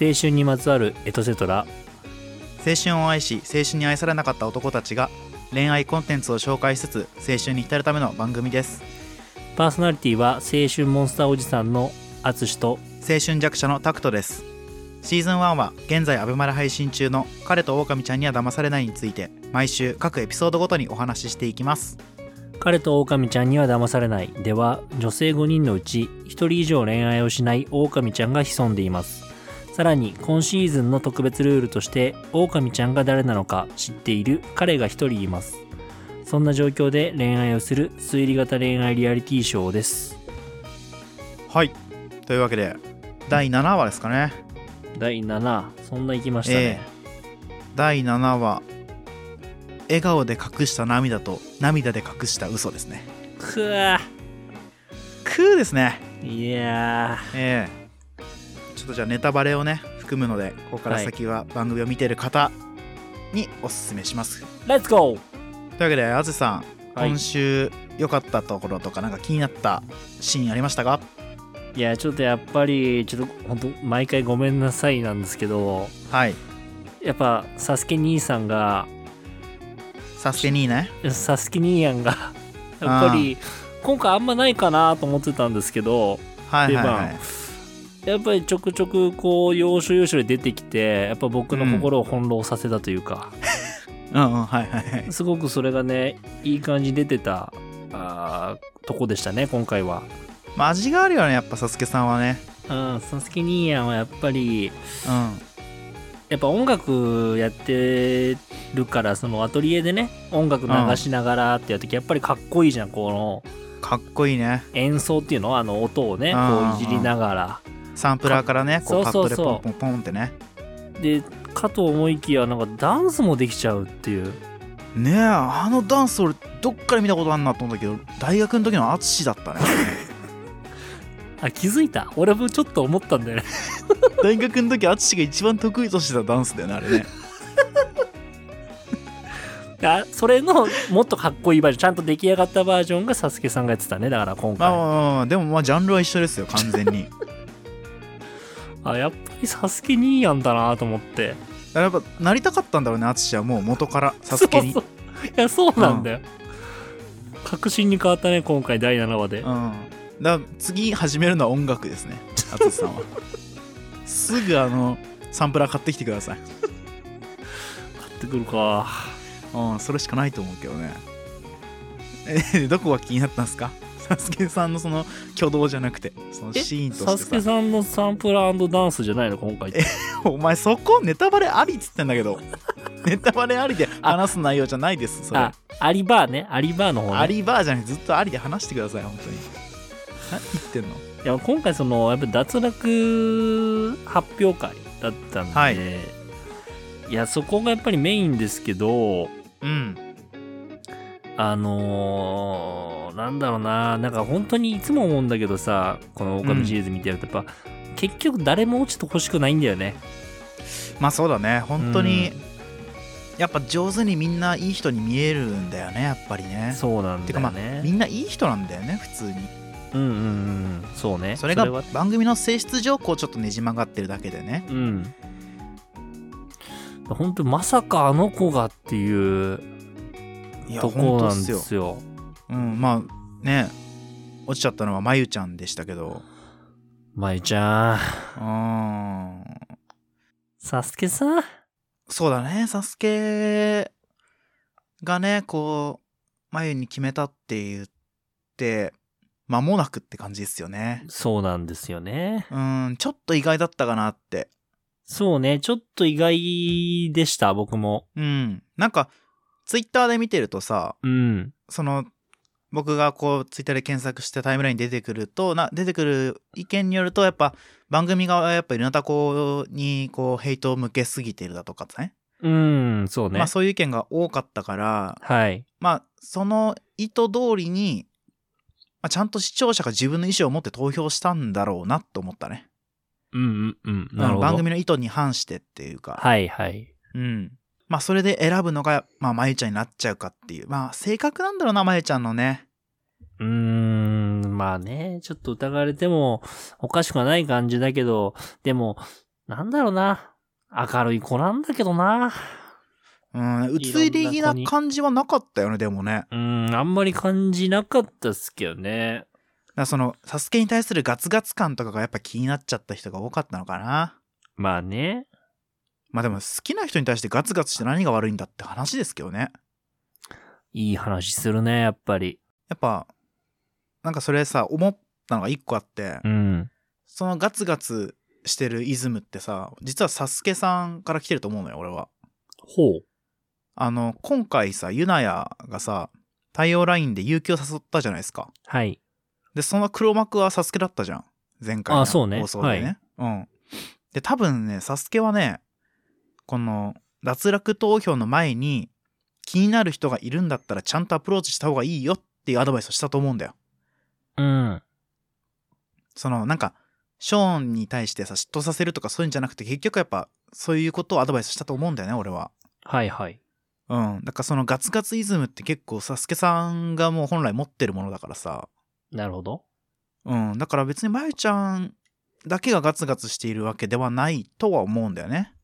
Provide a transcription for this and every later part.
青春にまつわるエトセトラ青春を愛し青春に愛されなかった男たちが恋愛コンテンツを紹介しつつ青春に浸るための番組ですパーソナリティは青春モンスターおじさんの淳と青春弱者のタクトですシーズン1は現在アベマラ配信中の「彼と狼ちゃんには騙されない」について毎週各エピソードごとにお話ししていきます彼と狼ちゃんには騙されないでは女性5人のうち1人以上恋愛をしない狼ちゃんが潜んでいますさらに今シーズンの特別ルールとして狼ちゃんが誰なのか知っている彼が1人いますそんな状況で恋愛をする推理型恋愛リアリティショーですはいというわけで第7話ですかね第7話そんな行きましたね、第7話笑顔で隠した涙と涙で隠した嘘ですねくわクーですねいやええちょっとじゃあネタバレをね含むのでここから先は番組を見てる方におすすめします、ーレッツゴーというわけであずさん、はい今週良かったところとかなんか気になったシーンありましたかいやちょっとやっぱりちょっと本当毎回ごめんなさいなんですけどはいやっぱサスケ兄さんがサスケにねサスケ兄やんがやっぱり今回あんまないかなと思ってたんですけどはいはいはいやっぱりちょくちょくこう要所要所で出てきてやっぱ僕の心を翻弄させたというか、うんうんはいはいはいすごくそれがねいい感じに出てたあーとこでしたね今回は。まあ味があるよねやっぱサスケさんはねうん、サスケ兄やんはやっぱりうんやっぱ音楽やってるからそのアトリエでね音楽流しながらってやるときやっぱりかっこいいじゃんこのかっこいいね演奏っていうのはあの音をねうんうんうんこういじりながサンプラーからねこうそパうッそドうでそうポンポンポンってねらでかと思いきやなんかダンスもできちゃうっていうねえあのダンス俺どっから見たことあんなと思うんだけど大学の時の淳だったねあ気づいた俺もちょっと思ったんだよね 大学の時淳が一番得意としてたダンスだよねあれねあそれのもっとかっこいいバージョンちゃんと出来上がったバージョンがサスケさんがやってたねだから今まあ回まああまあまあでもまあジャンルは一緒ですよ完全に だかやっぱりサスケ兄やんだなと思ってらやっぱなりたかったんだろうね淳はもう元からサスケにそうそういやそうなんだよ、確信に変わったね今回第7話で、うんだから次始めるのは音楽ですね淳さん はすぐあのサンプラー買ってきてください買ってくるかうんそれしかないと思うけどねえどこが気になったんですかサスケさんのその挙動じゃなくてそのえシーンとサスしてケささんのサンプラーダンスじゃないの今回ってお前そこネタバレありっつってんだけ どネタバレありで話す内容じゃないですそれあアリバーねアリバーの方ねありバーじゃなくてずっとありで話してください本当に何言ってんのいや今回そのやっぱ脱落発表会だったんで、はいい、やそこがやっぱりメインですけどうんあのーなんだろうななんか本当にいつも思うんだけどさこの「オオカミシリーズ」見てるとやっぱ、結局誰も落ちてほしくないんだよねまあそうだね本当に、やっぱ上手にみんないい人に見えるんだよねやっぱりねそうなんてだかよまあねみんないい人なんだよね普通にうんうんうんそうねそれがは番組の性質上こうちょっとねじ曲がってるだけでねうん本当にまさかあの子がっていういやとこ本な当っんすでよすようんまあね落ちちゃったのはまゆちゃんでしたけどまゆちゃんうーんサスケさんそうだねサスケがねこうまゆに決めたって言って間もなくって感じですよねそうなんですよねうんちょっと意外だったかなってそうねちょっと意外でした僕もうんなんかツイッターで見てるとさうんその僕がこうツイッターで検索してタイムラインに出てくるとな出てくる意見によるとやっぱ番組側はやっぱりなたこにこうヘイトを向けすぎてるだとかねうんそうね、まあそういう意見が多かったからはいまあその意図通りに、まあ、ちゃんと視聴者が自分の意思を持って投票したんだろうなと思ったねうんうんうんなるほうんど番組の意図に反してっていうか、はいはいうんまあそれで選ぶのがまあまゆちゃんになっちゃうかっていうまあ性格なんだろうなまゆちゃんのねうーんまあねちょっと疑われてもおかしくはない感じだけどでもなんだろうな。明るい子なんだけどな。うん、移り気な感じはなかったよね、でもね。うん、あんまり感じなかったっすけどね。だからその、サスケに対するガツガツ感とかがやっぱ気になっちゃった人が多かったのかな。まあね。まあでも好きな人に対してガツガツして何が悪いんだって話ですけどね。いい話するね、やっぱり。やっぱ、なんかそれさ、思ったのが一個あって、うん。そのガツガツしてるイズムってさ、実はサスケさんから来てると思うのよ、俺は。ほう。あの、今回さ、ユナヤがさ、太陽ラインで勇気を誘ったじゃないですか。はい。で、その黒幕はサスケだったじゃん。前回のあそうね放送でね。うん。で、多分ね、サスケはね、この脱落投票の前に気になる人がいるんだったらちゃんとアプローチした方がいいよっていうアドバイスをしたと思うんだよ。うん。その、なんか、ショーンに対してさ、嫉妬させるとかそういうんじゃなくて、結局やっぱ、そういうことをアドバイスしたと思うんだよね、俺は。はいはい。うん。だからそのガツガツイズムって結構、サスケさんがもう本来持ってるものだからさ。なるほど。うん、だから別にまゆちゃんだけがガツガツしているわけではないとは思うんだよね。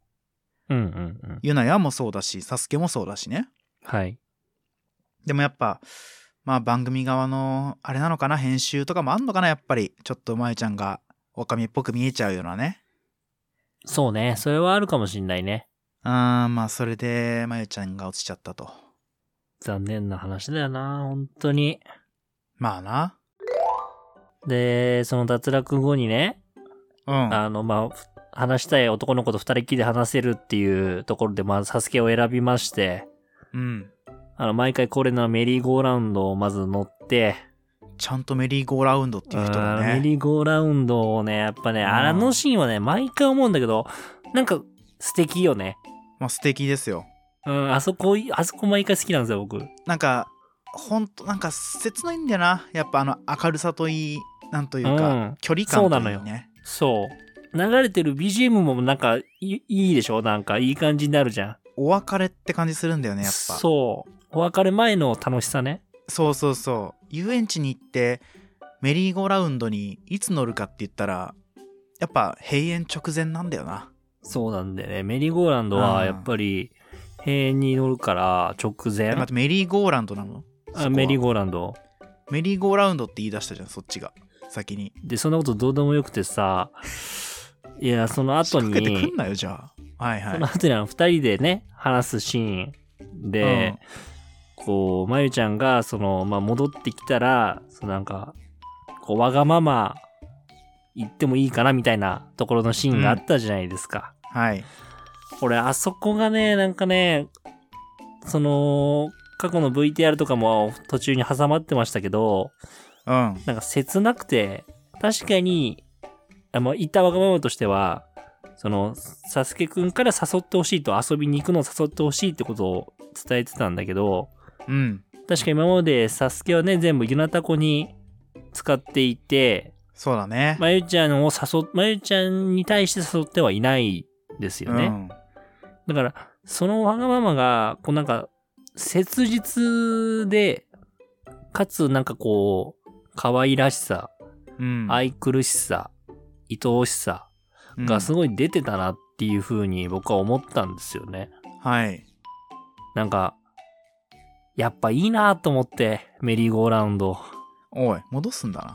うんうんうん。ゆなやもそうだし、サスケもそうだしね。はい。でもやっぱ、まあ番組側の、あれなのかな、編集とかもあんのかな、やっぱり。ちょっとまゆちゃんが、オカミっぽく見えちゃうようなね。そうね。それはあるかもしんないね。あーまあそれで、まゆちゃんが落ちちゃったと。残念な話だよな、本当に。まあな。で、その脱落後にね、うん。あの、まあふ、話したい男の子と二人きりで話せるっていうところで、まあ、サスケを選びまして、うん。あの、毎回恒例のメリーゴーラウンドをまず乗って、ちゃんとメリーゴーラウンドっていう人あがーメね。リーゴーラウンドをね、やっぱね、うんあのシーンはね、毎回思うんだけど、なんか素敵よね。まあ素敵ですよ。うん、あそこ、あそこ毎回好きなんですよ、僕。なんか、ほんと、なんか切ないんだよな。やっぱあの明るさといい、なんというか、うん距離感といいね。そうなのよそう。流れてる BGM もなんかいいいいでしょなんかいい感じになるじゃん。お別れって感じするんだよね、やっぱ。そうそう。お別れ前の楽しさね。そうそう遊園地に行って、メリーゴーラウンドにいつ乗るかって言ったら、やっぱ閉園直前なんだよな。そうなんでね。メリーゴーランドはやっぱり、塀に乗るから直え前待っ。て、メリーゴーラウンドなのあメリーーゴーランド。メリーゴーラウンドって言い出したじゃん、そっちが。先に。で、そんなことどうでもよくてさ、いや、その後仕掛けてくにん、なよ、じゃあ。はいはそいの。後にあの二人でね、話すシーンで、こう、まゆちゃんが、その、まあ、戻ってきたら、そのなんか、こう、わがまま言ってもいいかなみたいなところのシーンがあったじゃないですか。うん、はい。俺、あそこがね、なんかね、その、過去の VTR とかも途中に挟まってましたけど、うん。なんか切なくて、確かに、あまあ、言ったわがままとしては、その、サスケくんから誘ってほしいと、遊びに行くのを誘ってほしいってことを伝えてたんだけど、うん。確か今までサスケはね、全部ユナタコに使っていて、そうだね。まゆちゃんを誘っ、まゆちゃんに対して誘ってはいないですよね。うん。だから、そのわがままが、こうなんか、切実で、かつなんかこう、可愛らしさ、うん、愛くるしさ、愛おしさうんがすごい出てたなっていう風に僕は思ったんですよね。はい。なんか、やっぱいいなと思って、メリーゴーラウンド。おい、戻すんだな。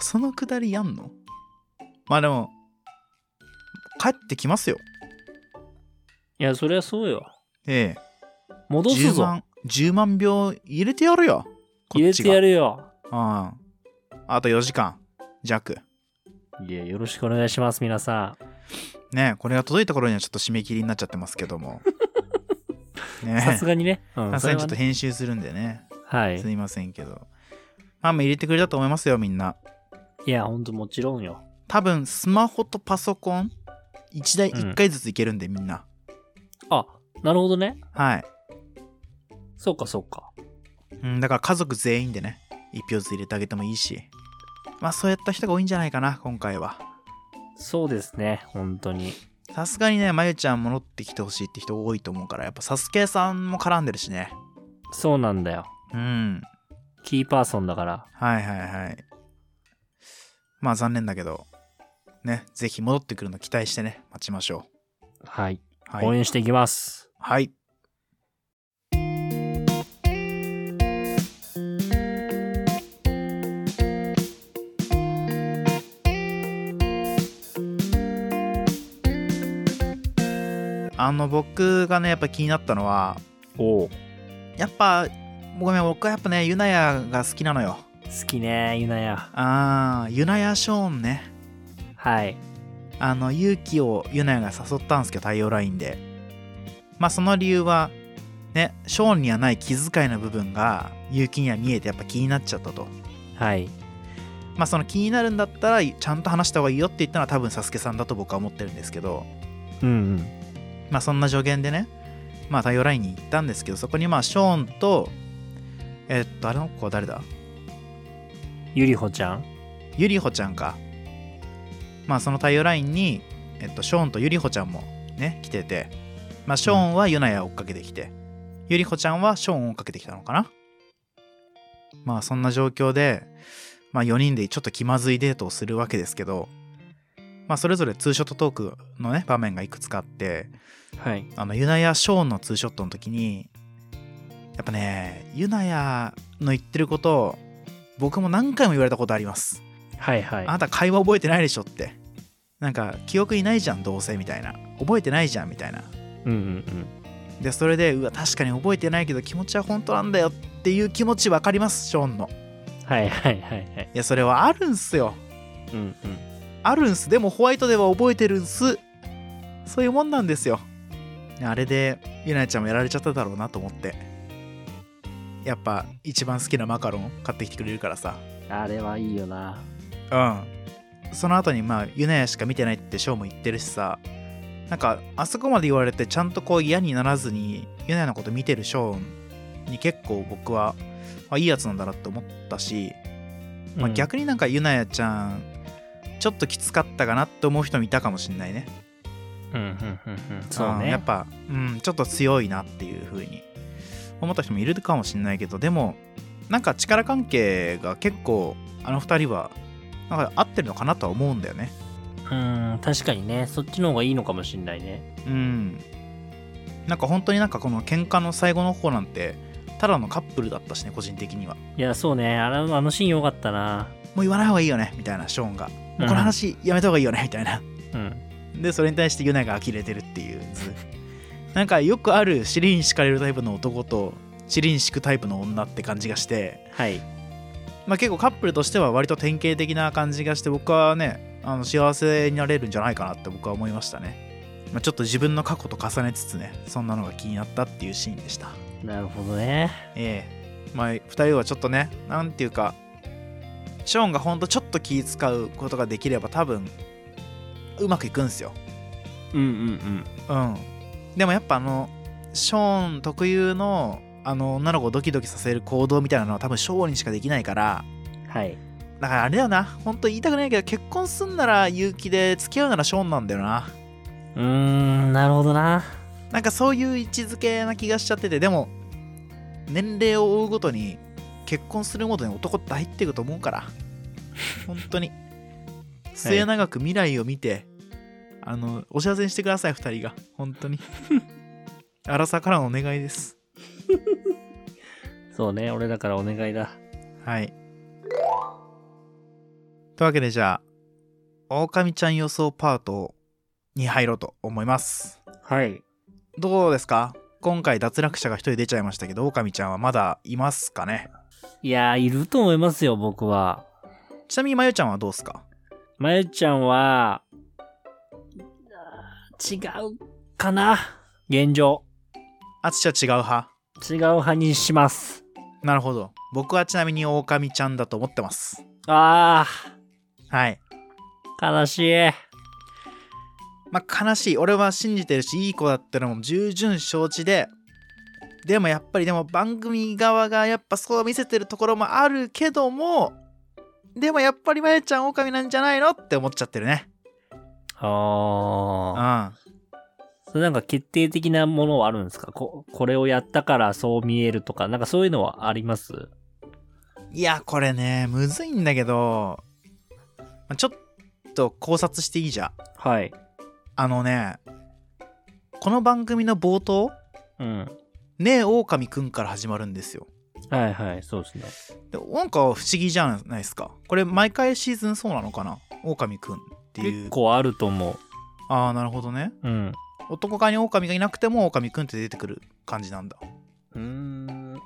そのくだりやんのまあでも、帰ってきますよ。いや、そりゃそうよ。ええ。戻す10ぞ。万、10万秒入れてやるよ。こ入っれちてが。やるよ。うん。あと4時間弱。いや、よろしくお願いします、皆さねえこれが届いた頃にはちょっと締め切りになっちゃってますけど も。ん。さねすがに ね。うえ。ん、さそすれがにちはょっとね編集するんでね。はいす。いませんけど。まあまあ入れてくれたと思いますよ、みんな。いや、ほんともちろんよ。多分、スマホとパソコン、1台1回ずついけるんで、みんな。あ、なるほどね。はい。そうか、そうか。うん、だから家族全員でね、一票ずつ入れてあげてもいいし。まあそうやった人が多いんじゃないかな、今回は。そうですね、本当に。さすがにね、まゆちゃん戻ってきてほしいって人多いと思うから、やっぱサスケさんも絡んでるしね。そうなんだよ。うん。キーパーソンだから。はいはいはい。まあ残念だけど、ね、ぜひ戻ってくるの期待してね、待ちましょはい。う。は応い。援していきます。はい。あの僕がねやっぱ気になったのはおお。好やっぱごめん僕はやっぱねユナヤが好きなのよきね、ゆなや。あーユナヤショーンねはい。あの勇気をユナヤが誘ったんですけど太陽ラインでまあその理由はねショーンにはない気遣いの部分が勇気には見えてやっぱ気になっちゃったとはい。まあその気になるんだったらちゃんと話した方がいいよって言ったのは多分サスケさんだと僕は思ってるんですけどうんまあそんな助言でねまあ太陽ラインに行ったんですけどそこにまあショーンとえっとあれの子は誰だうん。ゆりほちゃんゆりほちゃんかまあその太陽ラインに、えっと、ショーンとゆりほちゃんもね来ててまあショーンはユナヤを追っかけてきて、ゆりほちゃんはショーンを追っかけてきたのかなまあそんな状況でまあ4人でちょっと気まずいデートをするわけですけどまあそれぞれツーショットトークのね場面がいくつかあってはい。あのユナヤショーンのツーショットの時にやっぱねユナヤの言ってることを僕も何回も言われたことありますはいはいあ。なた会話覚えてないでしょってなんか記憶にないじゃんどうせみたいな覚えてないじゃんみたいなうんうんでそれでうわ確かに覚えてないけど気持ちは本当なんだよっていう気持ち分かりますショーンのうん。はいはいはいはい。いやそれはあるんすようんうん。あるんすでもホワイトでは覚えてるんすそういうもんなんですよあれでゆなやちゃんもやられちゃっただろうなと思ってやっぱ一番好きなマカロン買ってきてくれるからさあれはいいよな。うんその後にまあユナヤしか見てないってショーも言ってるしさなんかあそこまで言われてちゃんとこう嫌にならずにユナヤのこと見てるショーンに結構僕はあいいやつなんだなって思ったし、まあ、逆になんかユナヤちゃんちょっときつかったかなって思う人もいたかもしんないねうんうんうんうん。そうんね。やっぱ、うん、ちょっと強いなっていう風に思った人もいるかもしれないけどでもなんか力関係が結構あの2人はなんか合ってるのかなとは思うんだよねうん、確かにね。そっちの方がいいのかもしんないね。うんなんか本当になんかこの喧嘩の最後の方なんてただのカップルだったしね個人的にはもいや、そうね。あのあのシーン良かったな。う言わない方がいいよねみたいなショーンが、もううんこの話やめた方がいいよねみたいなうん。でそれに対してユナが呆れてるっていう図なんかよくある尻に敷かれるタイプの男と尻に敷くタイプの女って感じがして、はい。まあ、結構カップルとしては割と典型的な感じがして僕はねあの幸せになれるんじゃないかなって僕は思いましたね、まあ、ちょっと自分の過去と重ねつつねそんなのが気になったっていうシーンでしたなるほどね。ええまあ2人はちょっとねなんていうかショーンがほんとちょっと気使うことができれば多分うまくいくんすようんうんうん、でもやっぱあのショーン特有のあの女の子をドキドキさせる行動みたいなのは多分ショーンにしかできないからうん。はい。だからあれだよな本当言いたくないけど結婚すんなら勇気で付き合うならショーンなんだよなうーん、なるほどな。なんかそういう位置づけな気がしちゃっててでも年齢を追うごとに結婚するごとに男って入っていくと思うから本当に末永く未来を見て、あのお幸せにしてください2人が本当に荒さからのお願いですそうね。俺だからお願いだ。はい。というわけでじゃあ、狼ちゃん予想パートに入ろうと思います。はい。どうですか今回脱落者が一人出ちゃいましたけど、狼ちゃんはまだいますかねいやー、いると思いますよ、僕は。ちなみにまゆちゃんはどうですかまゆちゃんは、あー違うかな現状。あつしは違う派違う派にします。なるほど。僕はちなみに狼ちゃんだと思ってます。あはい。ー、悲しい。まあ悲しい。俺は信じてるし、いい子だってのも重々承知で、でもやっぱりでも番組側がやっぱそう見せてるところもあるけども、でもやっぱりまやちゃん狼なんじゃないのって思っちゃってるね。うあー。ん。それなんか決定的なものはあるんですかここれをやったからそう見えるとか、なんかそういうのはありますいや、これね、むずいんだけど、まあちょっと考察していいじゃんはい。あのねこの番組の冒頭うん。 「ねえ狼くん」から始まるんですよはいはい、そうですね。でなんか不思議じゃないですかこれ毎回シーズンそうなのかな狼くんってい結う構あると思ああなるほどねう。うん。男側に狼がいなくても狼くんって出てくる感じなんだうん。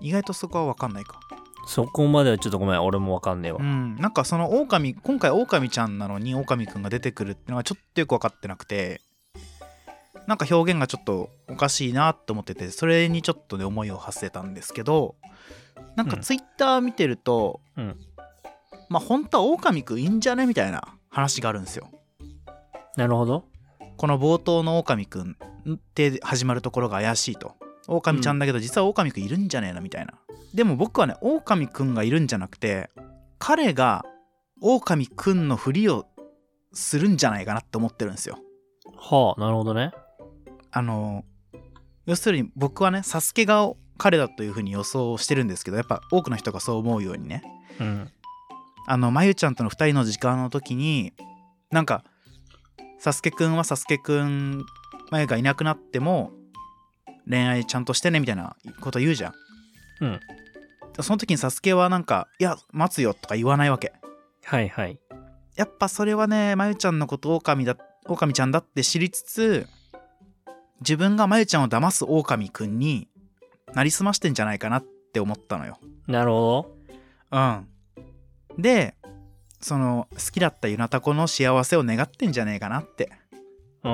意外とそこは分かんないかそこまではちょっとごめん、俺もわかんねえわう。んなんかその狼今回狼ちゃんなのに狼くんが出てくるってのがちょっとよく分かってなくてなんか表現がちょっとおかしいなと思っててそれにちょっとね思いを馳せたんですけどなんかうんツイッター見てると、うんまあ本当は狼くんいいんじゃねみたいな話があるんですよなるほど。この冒頭の狼くんって始まるところが怪しいと狼ちゃんだけど実は狼くんいるんじゃねえなみたいな、でも僕はね狼くんがいるんじゃなくて彼が狼くんのふりをするんじゃないかなって思ってるんですよはあ、なるほどね。あの要するに僕はねサスケが彼だというふうに予想してるんですけどやっぱ多くの人がそう思うようにねうん。あのまゆちゃんとの2人の時間の時になんかサスケくんはサスケくんまゆがいなくなっても恋愛ちゃんとしてねみたいなこと言うじゃん。うんその時にサスケはなんか「いや待つよ」とか言わないわけ。はいはい。やっぱそれはねまゆちゃんのことオオカミだオオカミちゃんだって知りつつ自分がまゆちゃんを騙すオオカミくんになりすましてんじゃないかなって思ったのよ。なるほうん。で、その好きだったユナタコの幸せを願ってんじゃねえかなって。ど。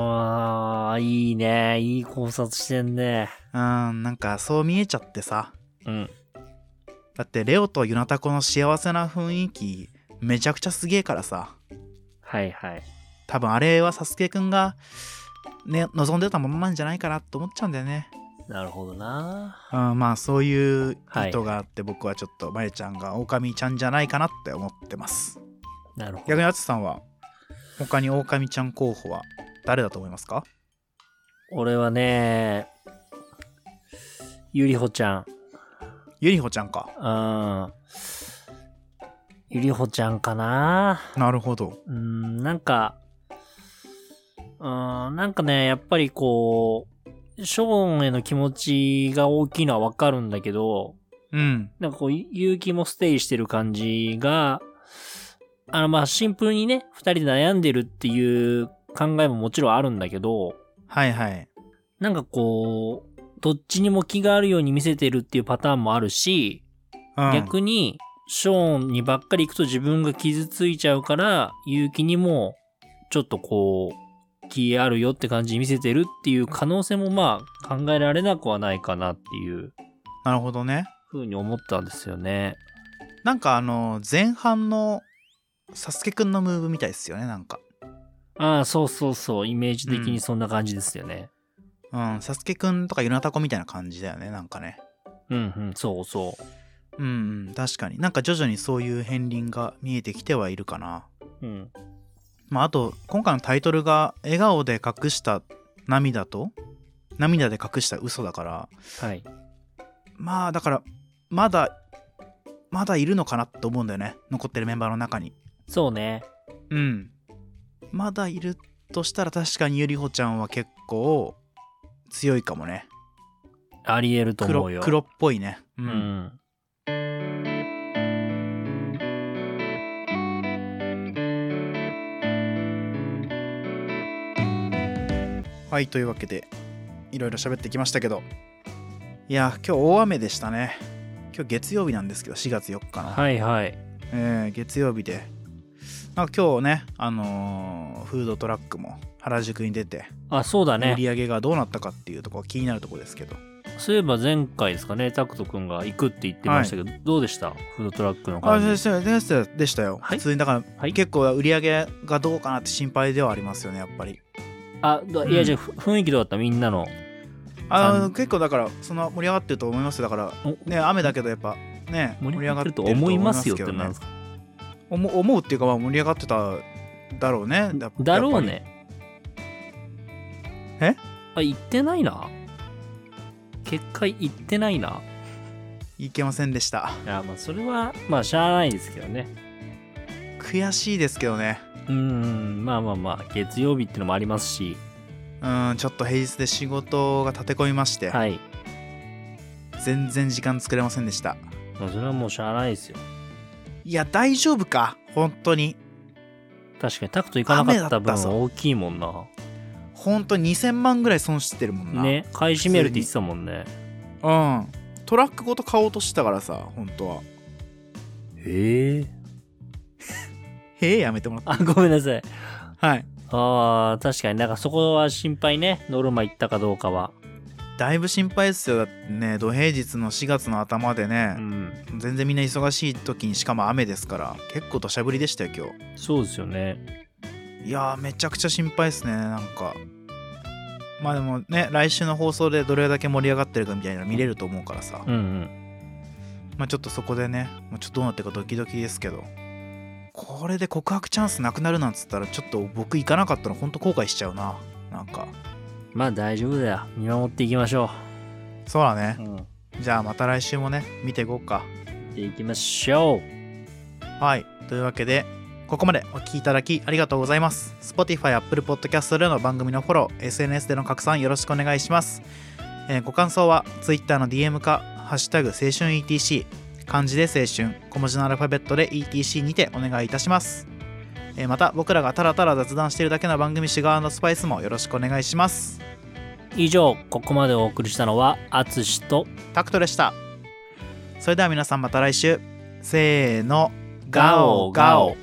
あー、いいね。いい考察してんね。うん、なんかそう見えちゃってさ。うん。だってレオとユナタコの幸せな雰囲気めちゃくちゃすげえからさ。はいはい。多分あれはサスケくんがね、望んでたまんまなんじゃないかなと思っちゃうんだよね。なるほどな。うん、まあそういう意はい図があって僕はちょっとまゆちゃんが狼ちゃんじゃないかなって思ってます。なるほど逆。にあつさんは他に狼ちゃん候補は誰だと思いますか俺はね、ゆりほちゃん。ゆりほちゃんか。うん。ゆりほちゃんかな。なるほど。うん、なんか、うん、なんかね、やっぱりこう、ショーンへの気持ちが大きいのはわかるんだけど、うん。なんかこう、勇気もステイしてる感じが、あの、まあ、シンプルにね、二人で悩んでるっていう考えももちろんあるんだけど、はいはい。なんかこう、どっちにも気があるように見せてるっていうパターンもあるし、うん、逆に、ショーンにばっかり行くと自分が傷ついちゃうから、結城にも、ちょっとこう、気あるよって感じに見せてるっていう可能性もまあ、考えられなくはないかなっていうなるほどね。ふうに思ったんですよね。なんかあの、前半のサスケくんのムーブみたいですよね、なんか。ああ、そうそうそう、イメージ的にそんな感じですよね。うん、サスケくんとかユナタコみたいな感じだよね、なんかね。うん、うん、そうそう。うん、うん、確かに。なんか徐々にそういう片鱗が見えてきてはいるかな。うん。まあ、あと、今回のタイトルが、笑顔で隠した涙と、涙で隠した嘘だから、はい。まあ、だから、まだ、まだいるのかなって思うんだよね、残ってるメンバーの中に。そうね。うん。まだいるとしたら確かにゆりほちゃんは結構強いかもね。ありえると黒思うよ。黒っぽいね。う。うんん。はい、というわけで、いろいろ喋ってきましたけど、いや、今日大雨でしたね。今日月曜日なんですけど、4月4日の。はいはい。えー月曜日で。なんか今日ね、あのーフードトラックも原宿に出て、あ、そうだ売ね。り上げがどうなったかっていうところ気になるところですけど。そういえば前回ですかね、タクト君が行くって言ってましたけど、どうでしたフードトラックのあ、感でじ。したよ、でしたよ、でしたよ。はい普通にだから、はい結構売り上げがどうかなって心配ではありますよね、やっぱり。あ、だいやじゃあ、ふ雰囲気どうだったみんなの。ああの結構だから、その盛り上がってると思いますよ。だから、おね、雨だけどやっぱ、ね、盛り上がってると思いますよってなんですすか思う思うっていうか、まあ、盛り上がってただろうね。やっぱだろう。やっぱね。えあ、行ってないな。結果行ってないな。りいけませんでした。いや、まあそれは、まあしゃあないですけどね。悔しいですけどね。うんまあまあまあ月曜日ってのもありますしうんちょっと平日で仕事が立て込みまして、はい全然時間作れませんでしたまあそれはもうしゃあないですよいや大丈夫か本当に確かにタクト行かなかった雨だったぞ分大きいもんな本当に2000万ぐらい損してるもんなね買い占めるって言ってたもんねうんトラックごと買おうとしてたからさ本当はへえへえやめてもらったあごめんなさいはいあー確かになんかそこは心配ねノルマ行ったかどうかはだいぶ心配ですよだってね土平日の4月の頭でうね、ん全然みんな忙しい時にしかも雨ですから結構土砂降りでしたよ今そうですよね日いやーめちゃくちゃ心配ですねなんかまあでもね来週の放送でどれだけ盛り上がってるかみたいなの見れると思うからさ、うんうんまあちょっとそこでねもうちょっとどうなってるかドキドキですけどこれで告白チャンスなくなるなんつったらちょっと僕行かなかったのほんと後悔しちゃうななんかまあ大丈夫だよ見守っていきましょそうだねう、うん、じゃあまた来週もね見ていこうかでいきましょうはい。というわけで、ここまでお聞きいただきありがとうございます。Spotify、Apple Podcast での番組のフォロー、SNS での拡散よろしくお願いします。えーご感想は Twitter の DM か、ハッシュタグ青春 ETC、漢字で青春、小文字のアルファベットで ETC にてお願いいたします。えーまた、僕らがたらたら雑談しているだけの番組シュガースパイスもよろしくお願いします。以上ここまでお送りしたのはあつしとタクトでした。それでは皆さんまた来週。せーの、ガオガオ。